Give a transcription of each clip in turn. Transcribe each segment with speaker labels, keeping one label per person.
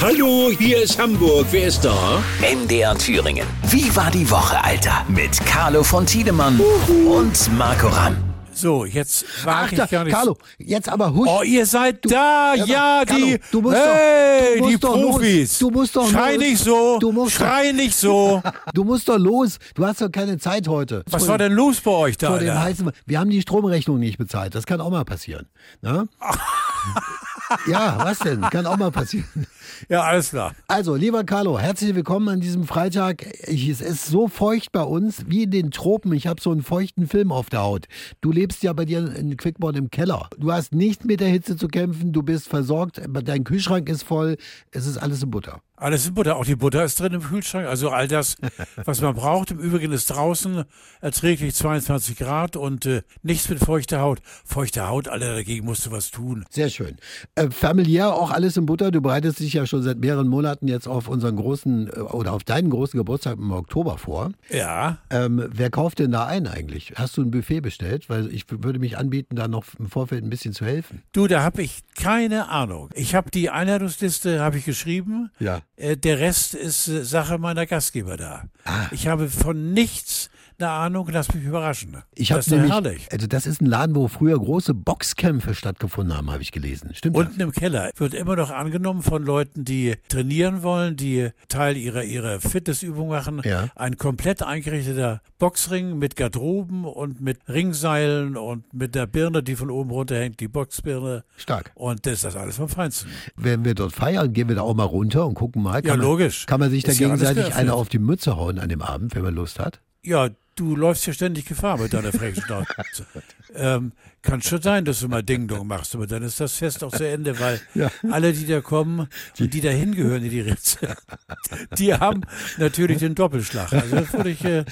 Speaker 1: Hallo, hier ist Hamburg. Wer ist da?
Speaker 2: MDR Thüringen. Wie war die Woche, Alter? Mit Carlo von Tiedemann und Marco Ramm.
Speaker 3: So, jetzt war
Speaker 4: Ach, da,
Speaker 3: ich gar nicht.
Speaker 4: Carlo, jetzt aber husch.
Speaker 3: Oh, ihr seid da,
Speaker 4: aber,
Speaker 3: ja,
Speaker 4: Carlo,
Speaker 3: die,
Speaker 4: du musst doch-
Speaker 3: hey,
Speaker 4: du musst
Speaker 3: die
Speaker 4: doch los.
Speaker 3: Profis.
Speaker 4: Du musst doch
Speaker 3: Schrei
Speaker 4: los.
Speaker 3: nicht so,
Speaker 4: Du musst doch-
Speaker 3: schrei nicht so.
Speaker 4: Du musst doch los. Du hast doch keine Zeit heute.
Speaker 3: Was
Speaker 4: Vor
Speaker 3: war
Speaker 4: dem-
Speaker 3: denn los bei euch da,
Speaker 4: Vor dem
Speaker 3: Alter?
Speaker 4: heißen, wir haben die Stromrechnung nicht bezahlt. Das kann auch mal passieren. Ne? ja, was denn? Kann auch mal passieren.
Speaker 3: Ja, alles klar.
Speaker 4: Also, lieber Carlo, herzlich willkommen an diesem Freitag. Ich, es ist so feucht bei uns wie in den Tropen. Ich habe so einen feuchten Film auf der Haut. Du lebst ja bei dir in Quickborn im Keller. Du hast nicht mit der Hitze zu kämpfen. Du bist versorgt. Dein Kühlschrank ist voll. Es ist alles in Butter.
Speaker 3: Alles in Butter, auch die Butter ist drin im Kühlschrank. Also all das, was man braucht. Im Übrigen ist draußen erträglich 22 Grad und äh, nichts mit feuchter Haut. Feuchte Haut, Alter, dagegen musst du was tun.
Speaker 4: Sehr schön. Äh, familiär auch alles in Butter. Du bereitest dich ja schon seit mehreren Monaten jetzt auf unseren großen äh, oder auf deinen großen Geburtstag im Oktober vor.
Speaker 3: Ja.
Speaker 4: Ähm, wer kauft denn da ein eigentlich? Hast du ein Buffet bestellt? Weil ich würde mich anbieten, da noch im Vorfeld ein bisschen zu helfen.
Speaker 3: Du, da habe ich keine Ahnung. Ich habe die Einladungsliste habe ich geschrieben.
Speaker 4: Ja.
Speaker 3: Äh, der Rest ist äh, Sache meiner Gastgeber da.
Speaker 4: Ah.
Speaker 3: Ich habe von nichts eine Ahnung. Lass mich überraschen.
Speaker 4: Ich habe
Speaker 3: das ist ja
Speaker 4: nämlich,
Speaker 3: herrlich.
Speaker 4: also das ist ein Laden, wo früher große Boxkämpfe stattgefunden haben, habe ich gelesen. Stimmt das?
Speaker 3: Unten im Keller wird immer noch angenommen von Leuten, die trainieren wollen, die Teil ihrer, ihrer Fitnessübung machen.
Speaker 4: Ja.
Speaker 3: Ein komplett eingerichteter Boxring mit Garderoben und mit Ringseilen und mit der Birne, die von oben runterhängt, die Boxbirne.
Speaker 4: Stark.
Speaker 3: Und das ist das alles vom Feinsten.
Speaker 4: Wenn wir dort feiern, gehen wir da auch mal runter und gucken mal. Kann
Speaker 3: Ja,
Speaker 4: man,
Speaker 3: logisch.
Speaker 4: Kann man sich da
Speaker 3: Ist ja alles
Speaker 4: gegenseitig
Speaker 3: geöffnet.
Speaker 4: eine auf die Mütze hauen an dem Abend, wenn man Lust hat?
Speaker 3: Ja, du läufst hier ständig Gefahr mit deiner fränkischen Schnauze. ähm, kann schon sein, dass du mal Ding-Dong machst, aber dann ist das Fest auch zu Ende, weil alle, die da kommen und die da hingehören in die Ritze, die haben natürlich den Doppelschlag. Also das würde ich äh,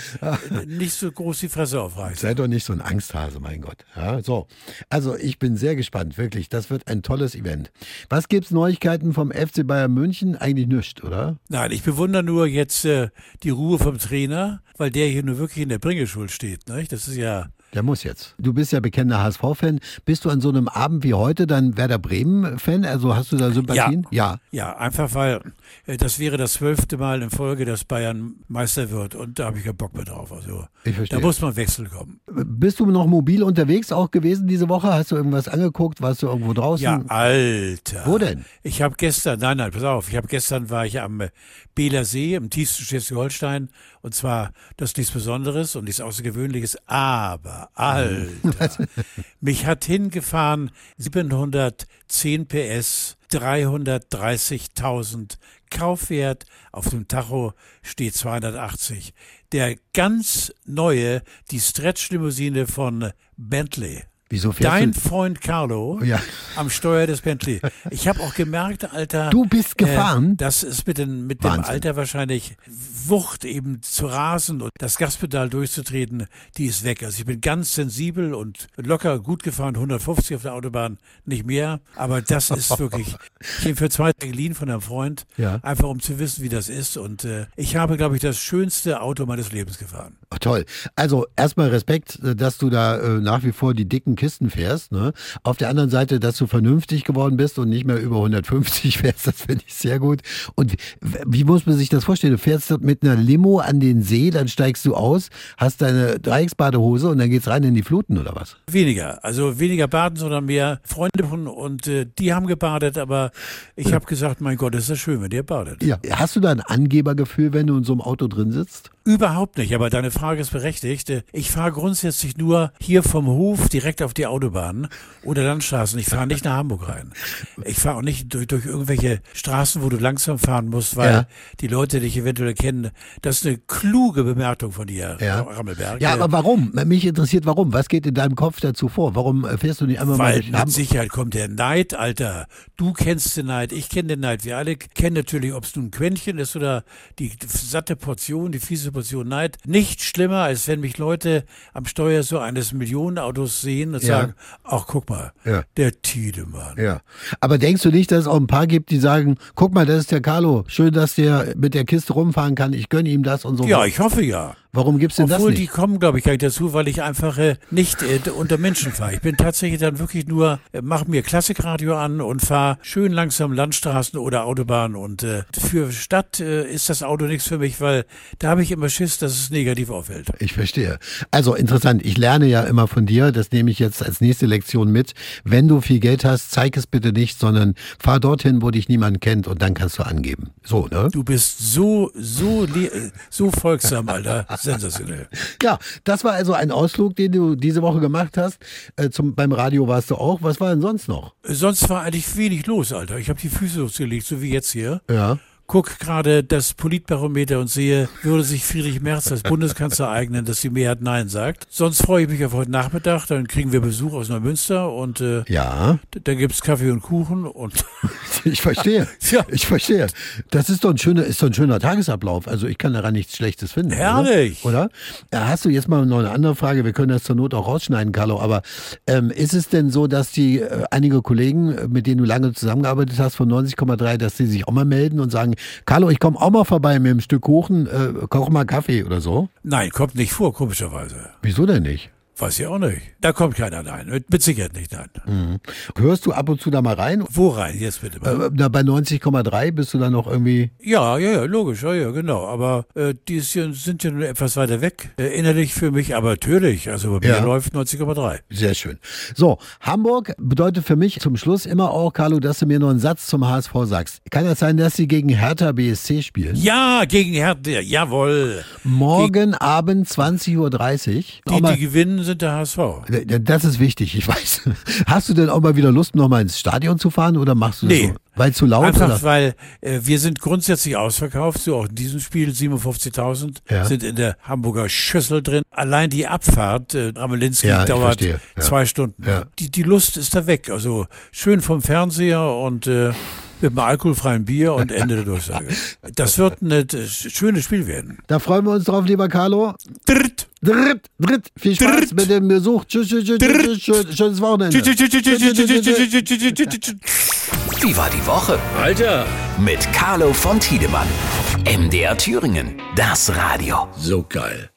Speaker 3: nicht so groß die Fresse aufreißen.
Speaker 4: Sei doch nicht so ein Angsthase, mein Gott. Ja, so. Also, ich bin sehr gespannt, wirklich. Das wird ein tolles Event. Was gibt's Neuigkeiten vom FC Bayern München? Eigentlich nichts, oder?
Speaker 3: Nein, ich bewundere nur jetzt äh, die Ruhe vom Trainer, weil der hier nur wirklich in der Bringeschuld steht. Ne? Das ist ja...
Speaker 4: Der muss jetzt. Du bist ja bekennender HSV-Fan. Bist du an so einem Abend wie heute dann Werder Bremen-Fan? Also, hast du da Sympathien?
Speaker 3: Ja. Ja, einfach weil äh, das wäre das zwölfte Mal in Folge, dass Bayern Meister wird und da habe ich ja Bock mehr drauf. Also
Speaker 4: Ich verstehe.
Speaker 3: da muss man Wechsel kommen.
Speaker 4: Bist du noch mobil unterwegs auch gewesen diese Woche? Hast du irgendwas angeguckt? Warst du irgendwo draußen?
Speaker 3: Ja, Alter.
Speaker 4: Wo denn?
Speaker 3: Ich habe gestern, nein, nein, pass auf, ich habe gestern war ich am äh, Bieler See im tiefsten Schleswig-Holstein und zwar das ist nichts Besonderes und nichts Außergewöhnliches, aber Alter, mich hat hingefahren 710 PS, 330.000 Kaufwert, auf dem Tacho steht 280. Der ganz neue, die Stretch-Limousine von Bentley.
Speaker 4: Wieso fährst
Speaker 3: Dein
Speaker 4: du?
Speaker 3: Freund Carlo
Speaker 4: Ja.
Speaker 3: am Steuer des Bentley. Ich habe auch gemerkt, Alter.
Speaker 4: Du bist gefahren?
Speaker 3: Äh, das ist mit, den, mit dem
Speaker 4: Wahnsinn.
Speaker 3: Alter wahrscheinlich Wucht eben zu rasen und das Gaspedal durchzutreten, die ist weg. Also ich bin ganz sensibel und locker gut gefahren, 150 auf der Autobahn, nicht mehr. Aber das ist wirklich, ich bin für zwei Tage geliehen von einem Freund,
Speaker 4: Ja.
Speaker 3: einfach um zu wissen, wie das ist. Und äh, ich habe, glaube ich, das schönste Auto meines Lebens gefahren.
Speaker 4: Ach, toll. Also erstmal Respekt, äh, dass du da äh, nach wie vor die dicken Kisten fährst. Ne? Auf der anderen Seite, dass du vernünftig geworden bist und nicht mehr über 150 fährst, das finde ich sehr gut. Und w- wie muss man sich das vorstellen? Du fährst mit einer Limo an den See, dann steigst du aus, hast deine Dreiecksbadehose und dann geht's rein in die Fluten oder was?
Speaker 3: Weniger, also weniger baden, sondern mehr Freunde von- und äh, die haben gebadet, aber ich habe gesagt, mein Gott, ist das schön, wenn ihr badet.
Speaker 4: Ja. Hast du da ein Angebergefühl, wenn du in so einem Auto drin sitzt?
Speaker 3: Überhaupt nicht, aber deine Frage ist berechtigt. Äh, Ich fahre grundsätzlich nur hier vom Hof direkt auf die Autobahn oder Landstraßen. Ich fahre nicht nach Hamburg rein. Ich fahre auch nicht durch, durch irgendwelche Straßen, wo du langsam fahren musst, weil
Speaker 4: Ja.
Speaker 3: die Leute dich eventuell kennen. Das ist eine kluge Bemerkung von dir,
Speaker 4: Ja.
Speaker 3: Rammelberg.
Speaker 4: Ja,
Speaker 3: Äh,
Speaker 4: aber warum? Mich interessiert warum. Was geht in deinem Kopf dazu vor? Warum äh, fährst du nicht einmal mal
Speaker 3: Weil
Speaker 4: durch Hamburg?
Speaker 3: mit Sicherheit kommt der Neid, Alter. Du kennst den Neid, ich kenne den Neid. Wir alle kennen natürlich, ob es nun ein Quäntchen ist oder die satte Portion, die fiese Portion Neid. Nicht schlimmer, als wenn mich Leute am Steuer so eines Millionenautos sehen und
Speaker 4: Ja.
Speaker 3: sagen, ach guck mal,
Speaker 4: Ja.
Speaker 3: der Tiedemann.
Speaker 4: Ja. Aber denkst du nicht, dass es auch ein paar gibt, die sagen, guck mal, das ist der Carlo, schön, dass der mit der Kiste rumfahren kann, ich gönne ihm das und so.
Speaker 3: Ja, ich hoffe ja.
Speaker 4: Warum gibt's denn
Speaker 3: Obwohl,
Speaker 4: das
Speaker 3: die
Speaker 4: nicht?
Speaker 3: kommen, glaube ich, gar nicht dazu, weil ich einfach äh, nicht äh, unter Menschen fahre. Ich bin tatsächlich dann wirklich nur, äh, mache mir Klassikradio an und fahre schön langsam Landstraßen oder Autobahnen. Und äh, für Stadt äh, ist das Auto nichts für mich, weil da habe ich immer Schiss, dass es negativ auffällt.
Speaker 4: Ich verstehe. Also interessant, ich lerne ja immer von dir, das nehme ich jetzt als nächste Lektion mit. Wenn du viel Geld hast, zeig es bitte nicht, sondern fahr dorthin, wo dich niemand kennt und dann kannst du angeben. So, ne?
Speaker 3: Du bist so, so, lie- äh, so folgsam, Alter. Sensationell.
Speaker 4: Ja, das war also ein Ausflug, den du diese Woche gemacht hast. Äh, zum, beim Radio warst du auch. Was war denn sonst noch?
Speaker 3: Äh, Sonst war eigentlich wenig los, Alter. Ich habe die Füße losgelegt, so wie jetzt hier.
Speaker 4: Ja.
Speaker 3: guck gerade das Politbarometer und sehe, würde sich Friedrich Merz als Bundeskanzler eignen, dass die Mehrheit Nein sagt. Sonst freue ich mich auf heute Nachmittag, dann kriegen wir Besuch aus Neumünster und äh,
Speaker 4: Ja,
Speaker 3: d- dann gibt's Kaffee und Kuchen und
Speaker 4: ich verstehe.
Speaker 3: Ja.
Speaker 4: Ich verstehe. Das ist doch ein schöner, ist doch ein schöner Tagesablauf. Also ich kann daran nichts Schlechtes finden.
Speaker 3: Herrlich.
Speaker 4: Oder? oder? Da hast du jetzt mal noch eine andere Frage. Wir können das zur Not auch rausschneiden, Carlo. Aber ähm, ist es denn so, dass die äh, einige Kollegen, äh, mit denen du lange zusammengearbeitet hast, von 90,3, dass die sich auch mal melden und sagen, Carlo, ich komme auch mal vorbei mit einem Stück Kuchen, äh, koch mal Kaffee oder so?
Speaker 3: nein, kommt nicht vor, komischerweise.
Speaker 4: Wieso denn nicht?
Speaker 3: Weiß ich auch nicht. Da kommt keiner nein. Mit, mit Sicherheit nicht nein.
Speaker 4: Hörst du ab und zu da mal rein?
Speaker 3: Wo rein? Jetzt bitte mal.
Speaker 4: Hm. Äh, Na, bei 90,3 bist du dann noch irgendwie.
Speaker 3: Ja, ja, ja, logisch, ja, ja, genau. Aber äh, die ist ja- sind ja nur etwas weiter weg. Äh, innerlich für mich, aber natürlich. Also bei
Speaker 4: Ja.
Speaker 3: mir läuft 90,3.
Speaker 4: Sehr schön. So, Hamburg bedeutet für mich zum Schluss immer auch, Carlo, dass du mir noch einen Satz zum HSV sagst. Kann das sein, dass sie gegen Hertha BSC spielen?
Speaker 3: Ja, gegen Hertha, jawohl.
Speaker 4: Morgen Abend 20.30 Uhr.
Speaker 3: Die, die gewinnen, sind der HSV.
Speaker 4: das ist wichtig, ich weiß. Hast du denn auch mal wieder Lust, nochmal ins Stadion zu fahren oder machst du das
Speaker 3: Nee.
Speaker 4: so? Weil zu laut
Speaker 3: Einfach
Speaker 4: oder?
Speaker 3: weil äh, wir sind grundsätzlich ausverkauft, so auch in diesem Spiel 57.000
Speaker 4: Ja.
Speaker 3: sind in der Hamburger Schüssel drin. Allein die Abfahrt äh, Ramelinski
Speaker 4: Ja, ich
Speaker 3: dauert
Speaker 4: verstehe. Ja.
Speaker 3: zwei Stunden.
Speaker 4: Ja.
Speaker 3: Die, die Lust ist da weg. Also schön vom Fernseher und äh, mit einem alkoholfreien Bier und Ende der Durchsage. Das wird ein äh, schönes Spiel werden.
Speaker 4: Da freuen wir uns drauf, lieber Carlo.
Speaker 3: Dritt.
Speaker 4: Dritt, dritt, viel Spaß
Speaker 3: Dritt.
Speaker 4: mit dem Besuch. Tschüss, tschüss, tschüss, tschüss, tschüss, schönes Wochenende.
Speaker 2: Wie war die Woche?
Speaker 1: Alter,
Speaker 2: Mit Carlo von Tiedemann. MDR Thüringen. Das Radio.
Speaker 1: so geil.